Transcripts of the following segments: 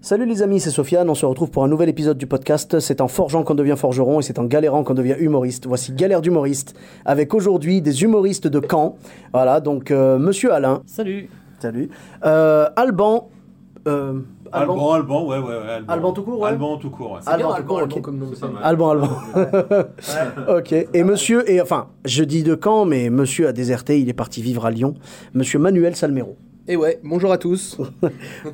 Salut les amis, c'est Sofiane, on se retrouve pour un nouvel épisode du podcast. C'est en forgeant qu'on devient forgeron et c'est en galérant qu'on devient humoriste. Voici Galère d'humoriste avec aujourd'hui des humoristes de Caen. Voilà, donc euh, monsieur Alain. Salut. Salut. Euh, Alban. euh, Alban, Alban, ouais, ouais, ouais. Alban, Alban tout court, ouais. Alban tout court, ouais. Alban bien, tout court, Alban ok. comme nom. pas mal. Alban, Alban. ok. Et monsieur, et enfin, je dis de Caen, mais monsieur a déserté, il est parti vivre à Lyon. Monsieur Manuel Salmero. Et ouais, bonjour à tous.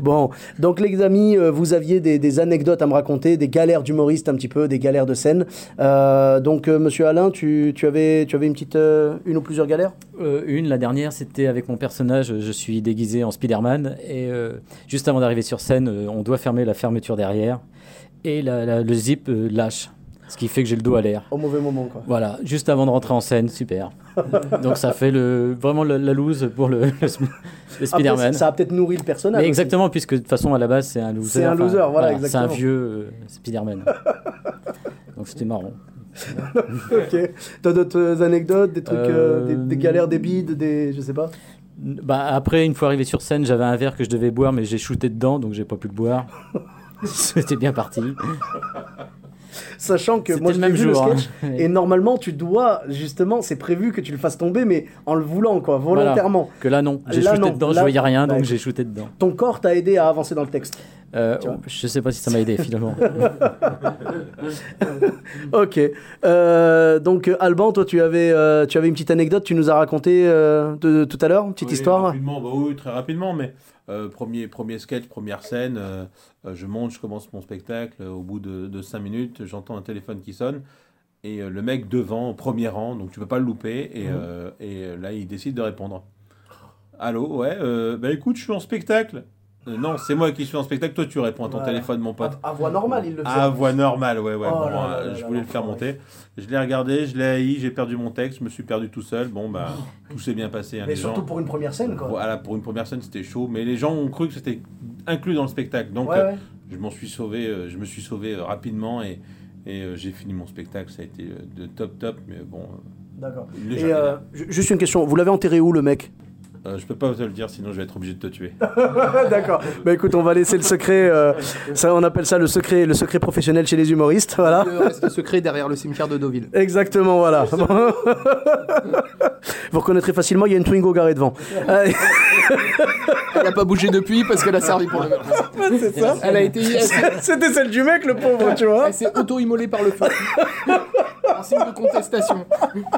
Bon, donc les amis, euh, vous aviez des, des anecdotes à me raconter, des galères d'humoristes un petit peu, des galères de scène. Euh, donc, euh, monsieur Alain, tu, tu avais, tu avais une petite, euh, une ou plusieurs galères Euh, une, la dernière, c'était avec mon personnage. Je suis déguisé en Spider-Man. Et euh, juste avant d'arriver sur scène, euh, on doit fermer la fermeture derrière. Et la- la- le zip euh, lâche. Ce qui fait que j'ai le dos à l'air. Au mauvais moment, quoi. Voilà, juste avant de rentrer en scène, super. Donc ça fait le, vraiment la, la loose pour le, le sm- le Après, Spider-Man. ça- ça a peut-être nourri le personnage. Mais aussi. exactement, puisque de toute façon, à la base, c'est un loser. C'est un loser, voilà, C'est un exactement. vieux euh, Spider-Man. Donc c'était marrant. Ok. T'as d'autres anecdotes, des trucs, euh, Euh, des, des galères, des bides, des, je sais pas. Bah, après, une fois arrivé sur scène, j'avais un verre que je devais boire, mais j'ai shooté dedans, donc j'ai pas pu le boire. C'était bien parti. Sachant que C'était moi, le je même t'ai vu le jour, sketch, hein. Ouais. et normalement, tu dois justement, c'est prévu que tu le fasses tomber, mais en le voulant, quoi, Voilà. volontairement. Que là, non. J'ai Là, shooté non. dedans, Là- je voyais rien, donc Ouais. j'ai shooté dedans. Ton corps t'a aidé à avancer dans le texte. Euh, Tu vois. je sais pas si ça m'a aidé finalement. Ok. Euh, donc euh, Alban, toi tu avais, euh, tu avais une petite anecdote, tu nous as raconté euh, de, de tout à l'heure, une petite Oui, histoire. rapidement, bah Oui, très rapidement, mais euh, premier, premier sketch, première scène, euh, euh, je monte, je commence mon spectacle, au bout de, de 5 minutes, j'entends un téléphone qui sonne, et euh, le mec devant, au premier rang, donc tu peux pas le louper, Mhm. et, euh, et, euh, là il décide de répondre. Allô, ouais, euh, bah écoute, je suis en spectacle. Euh, non, c'est moi qui suis en spectacle, toi tu réponds à ton Ouais. téléphone, mon pote. À voix normale, il le Ah, voix normale, ouais, ouais. Oh Bon, là là euh, là je là voulais là, le faire ouais. monter. Je l'ai regardé, je l'ai haï, j'ai perdu mon texte, je me suis perdu tout seul. Bon, bah, tout s'est bien passé. hein, les gens. Oh. pour une première scène, Voilà, pour une première scène, c'était chaud, mais les gens ont cru que c'était inclus dans le spectacle. Donc, euh, je m'en suis sauvé, euh, je me suis sauvé euh, rapidement et, et, euh, j'ai fini mon spectacle. Ça a été euh, de top top, mais bon, D'accord. euh, léger. Et euh, ju- juste une question, vous l'avez enterré où le mec Euh, je peux pas te le dire, sinon je vais être obligé de te tuer. D'accord. Bah écoute, on va laisser le secret. euh, ça, on appelle ça le secret, le secret professionnel chez les humoristes. Voilà. Le reste secret derrière le cimetière de Deauville. Exactement, voilà. vous reconnaîtrez facilement, il y a une Twingo garée devant. Allez. Elle n'a pas bougé depuis parce qu'elle a servi pour le même principe. C'est ça. Elle a été. Elle s'est- C'était celle du mec, le pauvre, tu vois. elle s'est auto-immolée par le feu. En signe de contestation.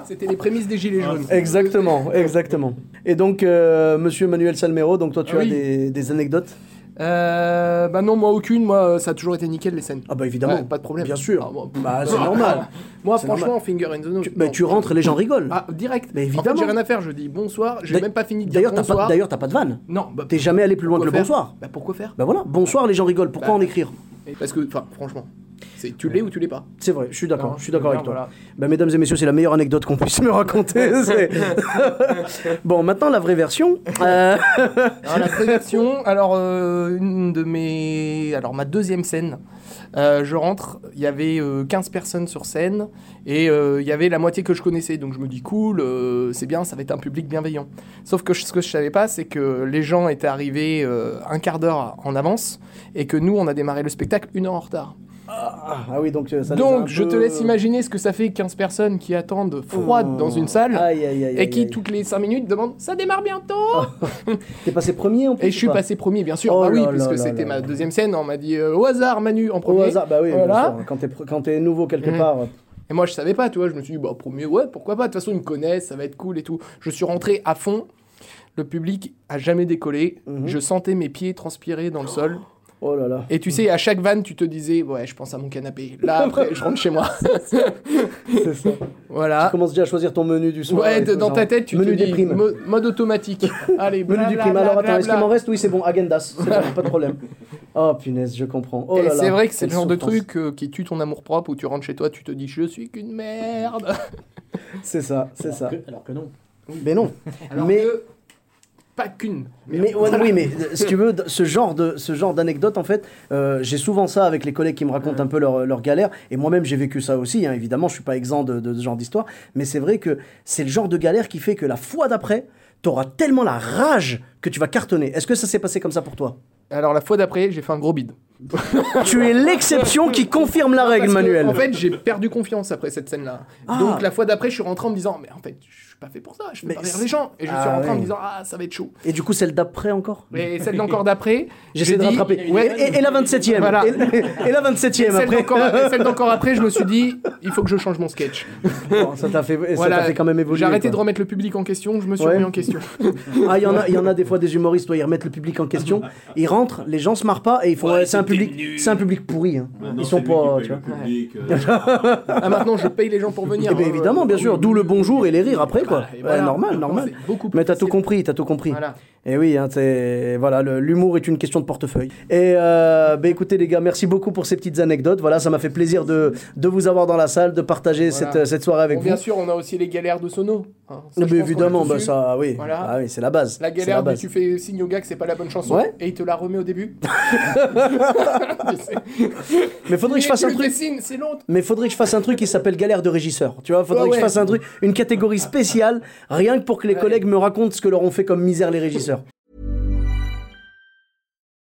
C'était les prémices des Gilets jaunes. Exactement, exactement. Et donc, euh, monsieur Manuel Salmero, donc toi, tu Ah as oui. des, des anecdotes Euh, bah non, moi aucune. Moi, euh, ça a toujours été nickel les scènes. Ah, bah évidemment, Ouais, pas de problème. Bien sûr. Ah, bon, pff. bah, c'est normal. Moi, C'est franchement, normal. finger in the nose. Tu, bah, tu rentres et les gens rigolent. Ah, direct. Mais En fait, évidemment. j'ai rien à faire. Je dis bonsoir. J'ai D'a- même pas fini de dire D'ailleurs, t'as pas, bonsoir. d'ailleurs, t'as pas de vanne. non, bah, T'es jamais allé plus loin que pourquoi le faire bonsoir. Bah pourquoi faire Bah voilà, bonsoir, les gens rigolent. Pourquoi Bah. en écrire Et Parce que, enfin, franchement, c'est tu l'es ou tu l'es pas. C'est vrai, je suis d'accord, Non, je suis d'accord avec toi. voilà. Bah, mesdames et messieurs, c'est la meilleure anecdote qu'on puisse me raconter. c'est- bon, maintenant, la vraie version. Euh, Alors, la préversion, alors euh, une de mes, alors ma deuxième scène, euh, je rentre, il y avait euh, 15 personnes sur scène et euh, il y avait la moitié que je connaissais, donc je me dis cool, euh, c'est bien, ça va être un public bienveillant. Sauf que je- ce que je savais pas, c'est que les gens étaient arrivés euh, un quart d'heure en avance et que nous on a démarré le spectacle une heure en retard. Ah oui, donc euh, ça les a un donc je te peu- laisse imaginer ce que ça fait 15 personnes qui attendent froides dans une salle. Oh. Aïe, aïe, aïe, Et aïe, qui, aïe. toutes les 5 minutes, demandent Ça démarre bientôt T'es passé premier en plus Et ou je suis pas passé premier, bien sûr. Oh bah oui, là là puisque là c'était là ma là. deuxième scène. On m'a dit euh, au hasard Manu en Au premier. hasard, bah oui, bien Voilà. sûr, quand t'es pr- quand t'es nouveau quelque Mhm. part. Et moi, je savais pas, tu vois. Je me suis dit, bah, premier, ouais, pourquoi pas. De toute façon, ils me connaissent, ça va être cool et tout. Je suis rentré à fond. Le public a jamais décollé. Mhm. Je sentais mes pieds transpirer dans le sol. Oh là là. Et tu sais, à chaque vanne, tu te disais, ouais, je pense à mon canapé. Là, après, je rentre chez moi. C'est ça. Tu Voilà. commences déjà à choisir ton menu du soir. Ouais, et tout, dans genre. ta tête, tu Menu te dis, des primes. mo- mode automatique. Allez, Menu du blablabla, prime. Alors attends, est-ce qu'il blablabla. m'en reste Oui, c'est bon. Agendas. C'est bon, pas de problème. Oh punaise, je comprends. Oh Et là là. Eh, c'est vrai que c'est quelle le genre de souffrance. truc euh, qui tue ton amour propre où tu rentres chez toi, tu te dis je suis qu'une merde. C'est ça, c'est ça. alors que non. Mais non. Alors Mais- que, pas qu'une. Mais ouais, oui, mais euh, si tu veux, d- ce genre de ce genre d'anecdote, en fait, euh, j'ai souvent ça avec les collègues qui me racontent un peu leur, leur galère. Et moi-même, j'ai vécu ça aussi. hein. évidemment, je suis pas exempt de, de ce genre d'histoire. Mais c'est vrai que c'est le genre de galère qui fait que la fois d'après, t'auras tellement la rage que tu vas cartonner. Est-ce que ça s'est passé comme ça pour toi Alors la fois d'après, j'ai fait un gros bide. Tu es l'exception qui confirme la règle, Parce que, Manuel. en fait, j'ai perdu confiance après cette scène-là. Ah. Donc la fois d'après, je suis rentré en me disant mais en fait, je suis pas fait pour ça, je Mais fais pas rire c'est- les gens. Et je suis Ah, rentré en ouais. me disant ah ça va être chaud. Et du coup, celle d'après encore Et celle d'encore d'après, J'essaie j'ai de dit- rattraper. Ouais, et- et, et la 27e. Voilà. Et, et la 27e Celle après. d'encore et celle d'encore après, je me suis dit, il faut que je change mon sketch. Bon, ça t'a fait, ça Voilà. t'a fait quand même évoluer. J'ai arrêté quoi. de remettre le public en question, je me suis Ouais. remis en question. Ah, il y, en a- il y en a des fois des humoristes, ouais, ils remettent le public en question, Ah, bah, ils rentrent, les gens se marrent pas et ils font Ouais, ouais, c'est un c'était public, nul. c'est un public pourri. hein. Maintenant, Ils sont c'est lui qui pas, paye tu vois. le public, euh, Ah, maintenant, je paye les gens pour venir. Eh bien hein. évidemment, bien sûr, d'où le bonjour et les rires après quoi. Voilà, Ah, Ouais, et voilà. normal, normal. C'est beaucoup plus Mais t'as tout facile. compris, t'as tout compris. Voilà. Et oui, hein, c'est- voilà, le- l'humour est une question de portefeuille. Et euh, bah, écoutez les gars, merci beaucoup pour ces petites anecdotes. Voilà, ça m'a fait plaisir de, de vous avoir dans la salle, de partager Voilà. cette, cette soirée avec Bon, vous. bien sûr, on a aussi les galères de Sono. hein. Ça, Mais je pense qu'on évidemment, est bah, dessus. ça, oui, Voilà. Ah oui, c'est la base. La C'est galère de base. tu fais signe au gars que c'est pas la bonne chanson Ouais. et il te la remet au début. Mais faudrait que je fasse un truc. c'est l'autre. Mais faudrait que je fasse un truc qui s'appelle galère de régisseur. Tu vois, faudrait Ouais, que je ouais. fasse un truc, une catégorie spéciale, rien que pour que les collègues me racontent ce que leur ont fait comme misère les régisseurs.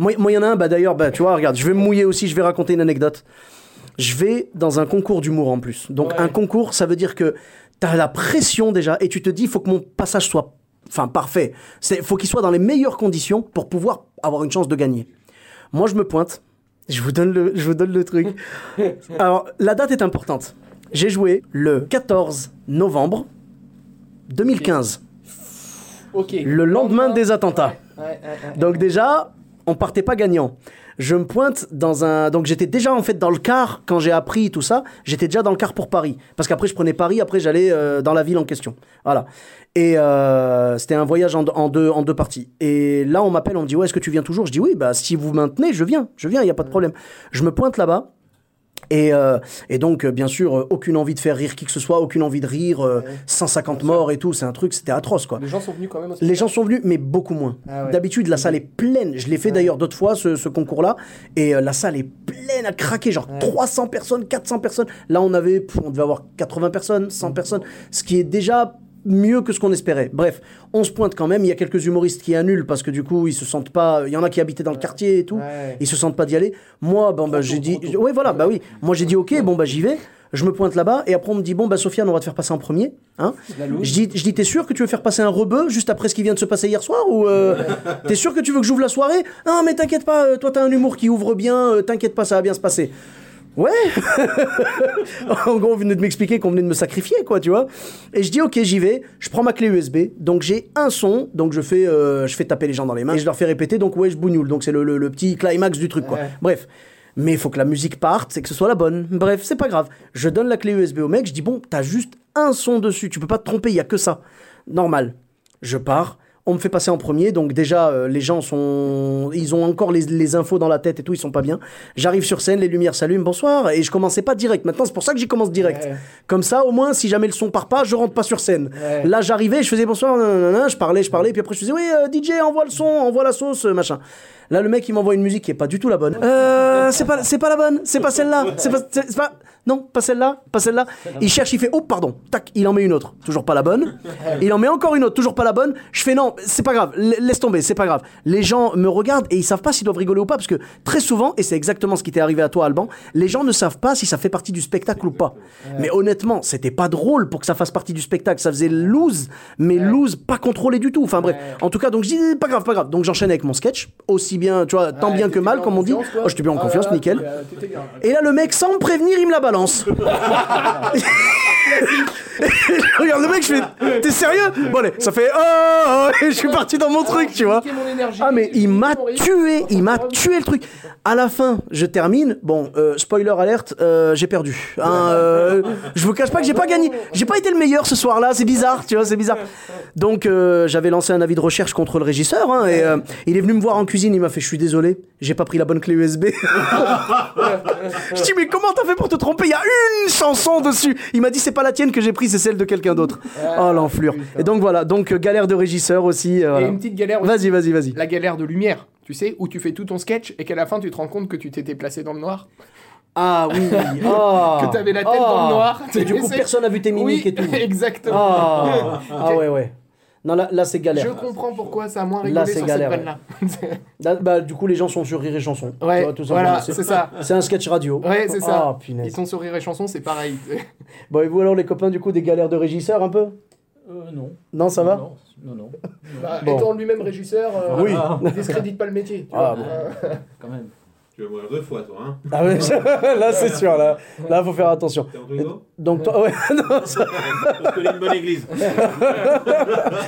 Moi, moi, il y en a un, bah d'ailleurs, bah, tu vois, regarde, je vais me mouiller aussi, je vais raconter une anecdote. Je vais dans un concours d'humour en plus. Donc, un concours, ça veut dire que t'as la pression déjà et tu te dis, il faut que mon passage soit enfin, parfait. Il faut qu'il soit dans les meilleures conditions pour pouvoir avoir une chance de gagner. Moi, je me pointe, je vous donne le, je vous donne le truc. Alors, la date est importante. J'ai joué le 14 novembre 2015, Ok. le lendemain des attentats. Ouais, ouais, ouais. Donc déjà, on partait pas gagnant. Je me pointe dans un... Donc j'étais déjà en fait dans le car quand j'ai appris tout ça. J'étais déjà dans le car pour Paris. Parce qu'après je prenais Paris, après j'allais euh, dans la ville en question. Voilà. Et euh, c'était un voyage en, en deux, en deux parties. Et là on m'appelle, on me dit ouais est-ce que tu viens toujours Je dis oui, bah si vous maintenez, je viens. Je viens, il n'y a pas de problème. Je me pointe là-bas. Et, euh, et donc, euh, bien sûr, euh, aucune envie de faire rire qui que ce soit, aucune envie de rire, euh, 150 morts et tout, c'est un truc, c'était atroce quoi. Les gens sont venus quand même. au Les spectacle. gens sont venus, mais beaucoup moins. Ah ouais. D'habitude, la salle est pleine. Je l'ai fait d'ailleurs d'autres fois, ce, ce concours-là. Et euh, la salle est pleine à craquer, genre 300 personnes, 400 personnes. Là, on avait, pff, on devait avoir 80 personnes, Mm. 100 personnes, ce qui est déjà mieux que ce qu'on espérait. Bref, on se pointe quand même. Il y a quelques humoristes qui annulent parce que du coup, ils se sentent pas. Il y en a qui habitaient dans le quartier et tout. Ouais. Ils se sentent pas d'y aller. Moi, bon, bah, j'ai dit, oui, voilà, bah oui. Moi, j'ai dit, ok, bon, bah, j'y vais. Je me pointe là-bas et après on me dit bon bah Sofiane on va te faire passer en premier hein je dis je dis t'es sûr que tu veux faire passer un rebeu juste après ce qui vient de se passer hier soir ou euh, t'es sûr que tu veux que j'ouvre la soirée non mais t'inquiète pas euh, toi t'as un humour qui ouvre bien euh, t'inquiète pas ça va bien se passer ouais en gros on venait de m'expliquer qu'on venait de me sacrifier quoi tu vois et je dis ok j'y vais je prends ma clé USB donc j'ai un son donc je fais euh, je fais taper les gens dans les mains et je leur fais répéter donc ouais je bougnoule donc c'est le, le- le petit climax du truc quoi bref mais il faut que la musique parte c'est que ce soit la bonne bref c'est pas grave je donne la clé USB au mec je dis bon t'as juste un son dessus tu peux pas te tromper il y a que ça normal je pars on me fait passer en premier, donc déjà euh, les gens sont, ils ont encore les, les infos dans la tête et tout, ils sont pas bien. J'arrive sur scène, les lumières s'allument, bonsoir, et je commençais pas direct. Maintenant c'est pour ça que j'y commence direct. Ouais. Comme ça au moins, si jamais le son part pas, je rentre pas sur scène. Ouais. Là j'arrivais, je faisais bonsoir, nanana, je parlais, je parlais, puis après je faisais oui euh, DJ envoie le son, envoie la sauce, euh, machin. Là le mec il m'envoie une musique qui est pas du tout la bonne. Euh, c'est pas, c'est pas la bonne, c'est pas celle-là, c'est pas, c'est c'est pas. non, pas celle-là, pas celle-là. Il cherche, il fait, oh, pardon, tac, il en met une autre, toujours pas la bonne. Il en met encore une autre, toujours pas la bonne. Je fais, non, c'est pas grave, la- laisse tomber, c'est pas grave. Les gens me regardent et ils savent pas s'ils doivent rigoler ou pas, parce que très souvent, et c'est exactement ce qui t'est arrivé à toi, Alban, les gens ne savent pas si ça fait partie du spectacle ou pas. Mais honnêtement, c'était pas drôle pour que ça fasse partie du spectacle. Ça faisait loose, mais loose, pas contrôlé du tout. Enfin bref, en tout cas, donc je dis, pas grave, pas grave. Donc j'enchaîne avec mon sketch, aussi bien, tu vois, tant Ouais, bien que Ah, t'étais mal, en comme on dit. confiance, toi. Oh, j'étais bien en Ah là confiance, là, nickel. t'étais- t'étais bien. Et là, le mec, sans me prévenir, il me la balance. Je Regarde le mec, je fais T'es sérieux Bon, allez, ça fait Oh, oh, et je suis parti dans mon truc, tu vois. niqué mon énergie, Ah, mais j'ai il m'a niqué mon rythme. tué, il m'a tué le truc. À la fin, je termine. Bon, euh, spoiler alerte, euh, j'ai perdu. Hein, euh, je vous cache pas que j'ai pas gagné. J'ai pas été le meilleur ce soir-là, c'est bizarre, tu vois, c'est bizarre. Donc, euh, j'avais lancé un avis de recherche contre le régisseur, hein, et euh, il est venu me voir en cuisine, il m'a fait Je suis désolé, j'ai pas pris la bonne clé USB. Je dis mais comment t'as fait pour te tromper Il y a une chanson dessus. Il m'a dit c'est pas la tienne que j'ai prise, c'est celle de quelqu'un d'autre. oh l'enflure. Et donc voilà, donc euh, galère de régisseur aussi. euh, Et voilà. une petite galère aussi. Vas-y, vas-y, vas-y. La galère de lumière, tu sais, où tu fais tout ton sketch et qu'à la fin tu te rends compte que tu t'étais placé dans le noir, Ah oui. Ah. que t'avais la tête dans le noir. Et du coup C'est- personne n'a vu tes mimiques oui, et tout. exactement. Ah, Ah ouais ouais. Non là, là c'est Je galère. comprends pourquoi ça a moins rigolé Là, c'est sur galère, cette vanne-là. Là, bah, du coup les gens sont sur rire et chanson. Ouais, Tu vois, tout simplement, voilà, c'est- c'est ça. C'est un sketch radio. Ouais, c'est ça. Ah punaise. Ils sont sur Rire et Chanson, c'est pareil. Bon et vous alors les copains du coup des galères de régisseur un peu Euh, non. Non ça va Non, non, non. Bah, Bon. Étant lui-même régisseur, euh, Oui. ne discrédite pas le métier. tu Ah, vois. bon. Euh, Quand même. Tu vas mourir deux fois, toi. Hein Ah ouais, là c'est sûr là. Là faut faire attention. T'es en rigo Donc toi, ouais, non, ça- Parce que une bonne église.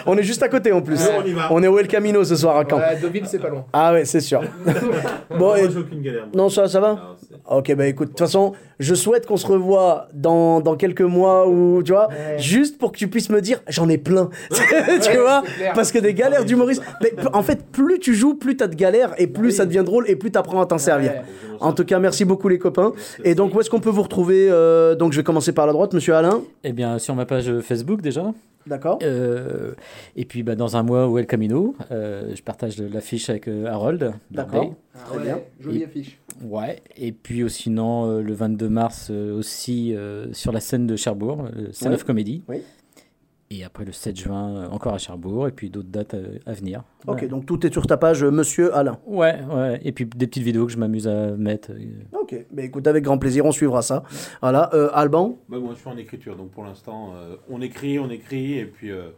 on est juste à côté en plus. Ouais, on y va. est au El Camino ce soir à Caen. ouais, Deauville, Euh, c'est pas loin. Ah ouais, c'est sûr. bon, et- Moi, j'ai aucune galère. moi. non, ça, ça va Non, c'est- Ok, bah écoute, de toute façon, je souhaite qu'on se revoie dans, dans quelques mois ou, tu vois, juste pour que tu puisses me dire, j'en ai plein. tu vois c'est clair. Parce que des galères d'humoristes. Mais p- en fait, plus tu joues, plus t'as de galères et plus ça devient drôle et plus t'apprends à t'en servir. En tout cas, merci beaucoup les copains. Et donc, où est-ce qu'on peut vous retrouver euh, Donc, je vais commencer par la droite, monsieur Alain. Eh bien, sur ma page Facebook déjà. D'accord Euh, et puis, bah, dans un mois, où est le Camino euh, Je partage l'affiche avec euh, Harold. D'accord. Barbet. Très bien. Ah Jolie affiche. Ouais. Et puis, aussi sinon, euh, le 22 mars, euh, aussi euh, sur la scène de Cherbourg, le scène Oui. of Comedy. Oui. Et après, le 7 juin, euh, encore à Cherbourg. Et puis, d'autres dates euh, à venir. Ok, donc tout est sur ta page, euh, monsieur Alain. Ouais, ouais. Et puis, des petites vidéos que je m'amuse à mettre. euh, Ok, bah écoute, avec grand plaisir, on suivra ça. Voilà, euh, Alban, Bah, moi, je suis en écriture, donc pour l'instant, euh, on écrit, on écrit, et puis euh,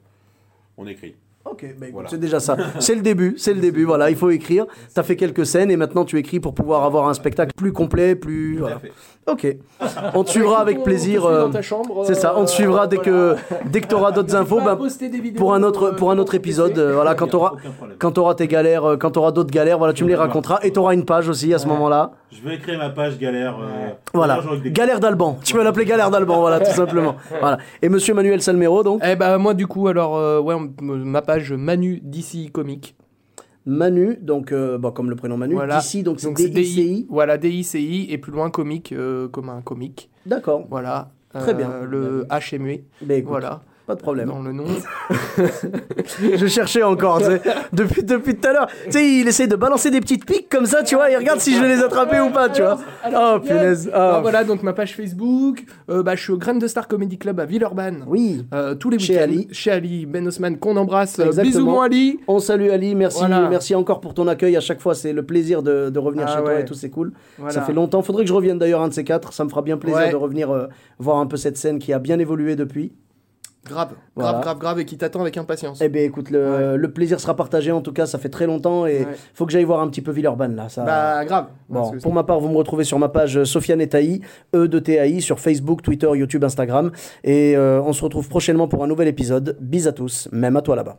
on écrit. Ok, bah écoute, Voilà. c'est déjà ça. C'est le début, c'est le début. Voilà, il faut écrire. T'as fait quelques scènes et maintenant tu écris pour pouvoir avoir un spectacle plus complet, plus. Voilà. fait. Ok. On te suivra avec On plaisir. te suit euh, dans ta chambre, C'est ça. On te euh, suivra dès que dès que t'auras d'autres infos. pas ben, poster des vidéos, pour un autre pour un euh, autre sur ton épisode. PC. euh, Voilà, quand t'auras Aucun problème. quand t'auras tes galères, euh, quand t'auras d'autres galères, voilà, tu me les raconteras et t'auras une page aussi à ce moment-là. Je vais écrire ma page galère. euh, Voilà. argent avec des- Galère d'Alban. Tu vas l'appeler galère d'Alban. Voilà, tout simplement. Voilà. Et Monsieur Manuel Salmero donc. Eh bah moi du coup alors euh, ouais on- m- ma page Manu d'ici comique Manu donc euh, bon, comme le prénom Manu. voilà D'ici donc c'est c'est DICI. voilà DICI et plus loin comique euh, comme un comique D'accord. voilà euh, Très bien. le H est muet Ben, écoute, voilà Pas de problème. dans le nom Je cherchais encore, tu sais. depuis, depuis tout à l'heure. Tu sais, il essaie de balancer des petites piques comme ça, tu vois, et regarde si je vais les attraper ou pas, tu vois. Oh, punaise. Alors, Ah. voilà donc ma page Facebook euh, bah je suis au Grain de Star Comedy Club à Villeurbanne Oui. Euh, tous les Chez week-ends. Ali. chez Ali Ben Osman qu'on embrasse Euh, Exactement. bisous mon Ali On salue Ali, merci, Voilà. merci encore pour ton accueil. À chaque fois, c'est le plaisir de, de revenir Ah chez toi ouais. et tout, c'est cool. Voilà. Ça fait longtemps. Faudrait que je revienne d'ailleurs un de ces quatre. Ça me fera bien plaisir Ouais. de revenir euh, voir un peu cette scène qui a bien évolué depuis. grave Voilà. grave grave grave et qui t'attend avec impatience Eh bien, écoute, le, le plaisir sera partagé en tout cas. Ça fait très longtemps et Ouais. faut que j'aille voir un petit peu Villeurbanne là. Ça... bah grave Bon, Parce que- pour ma part, vous me retrouvez sur ma page euh, Sofiane et Taï, E de TAI, sur Facebook, Twitter, YouTube, Instagram. Et euh, on se retrouve prochainement pour un nouvel épisode. Bis à tous, même à toi là-bas.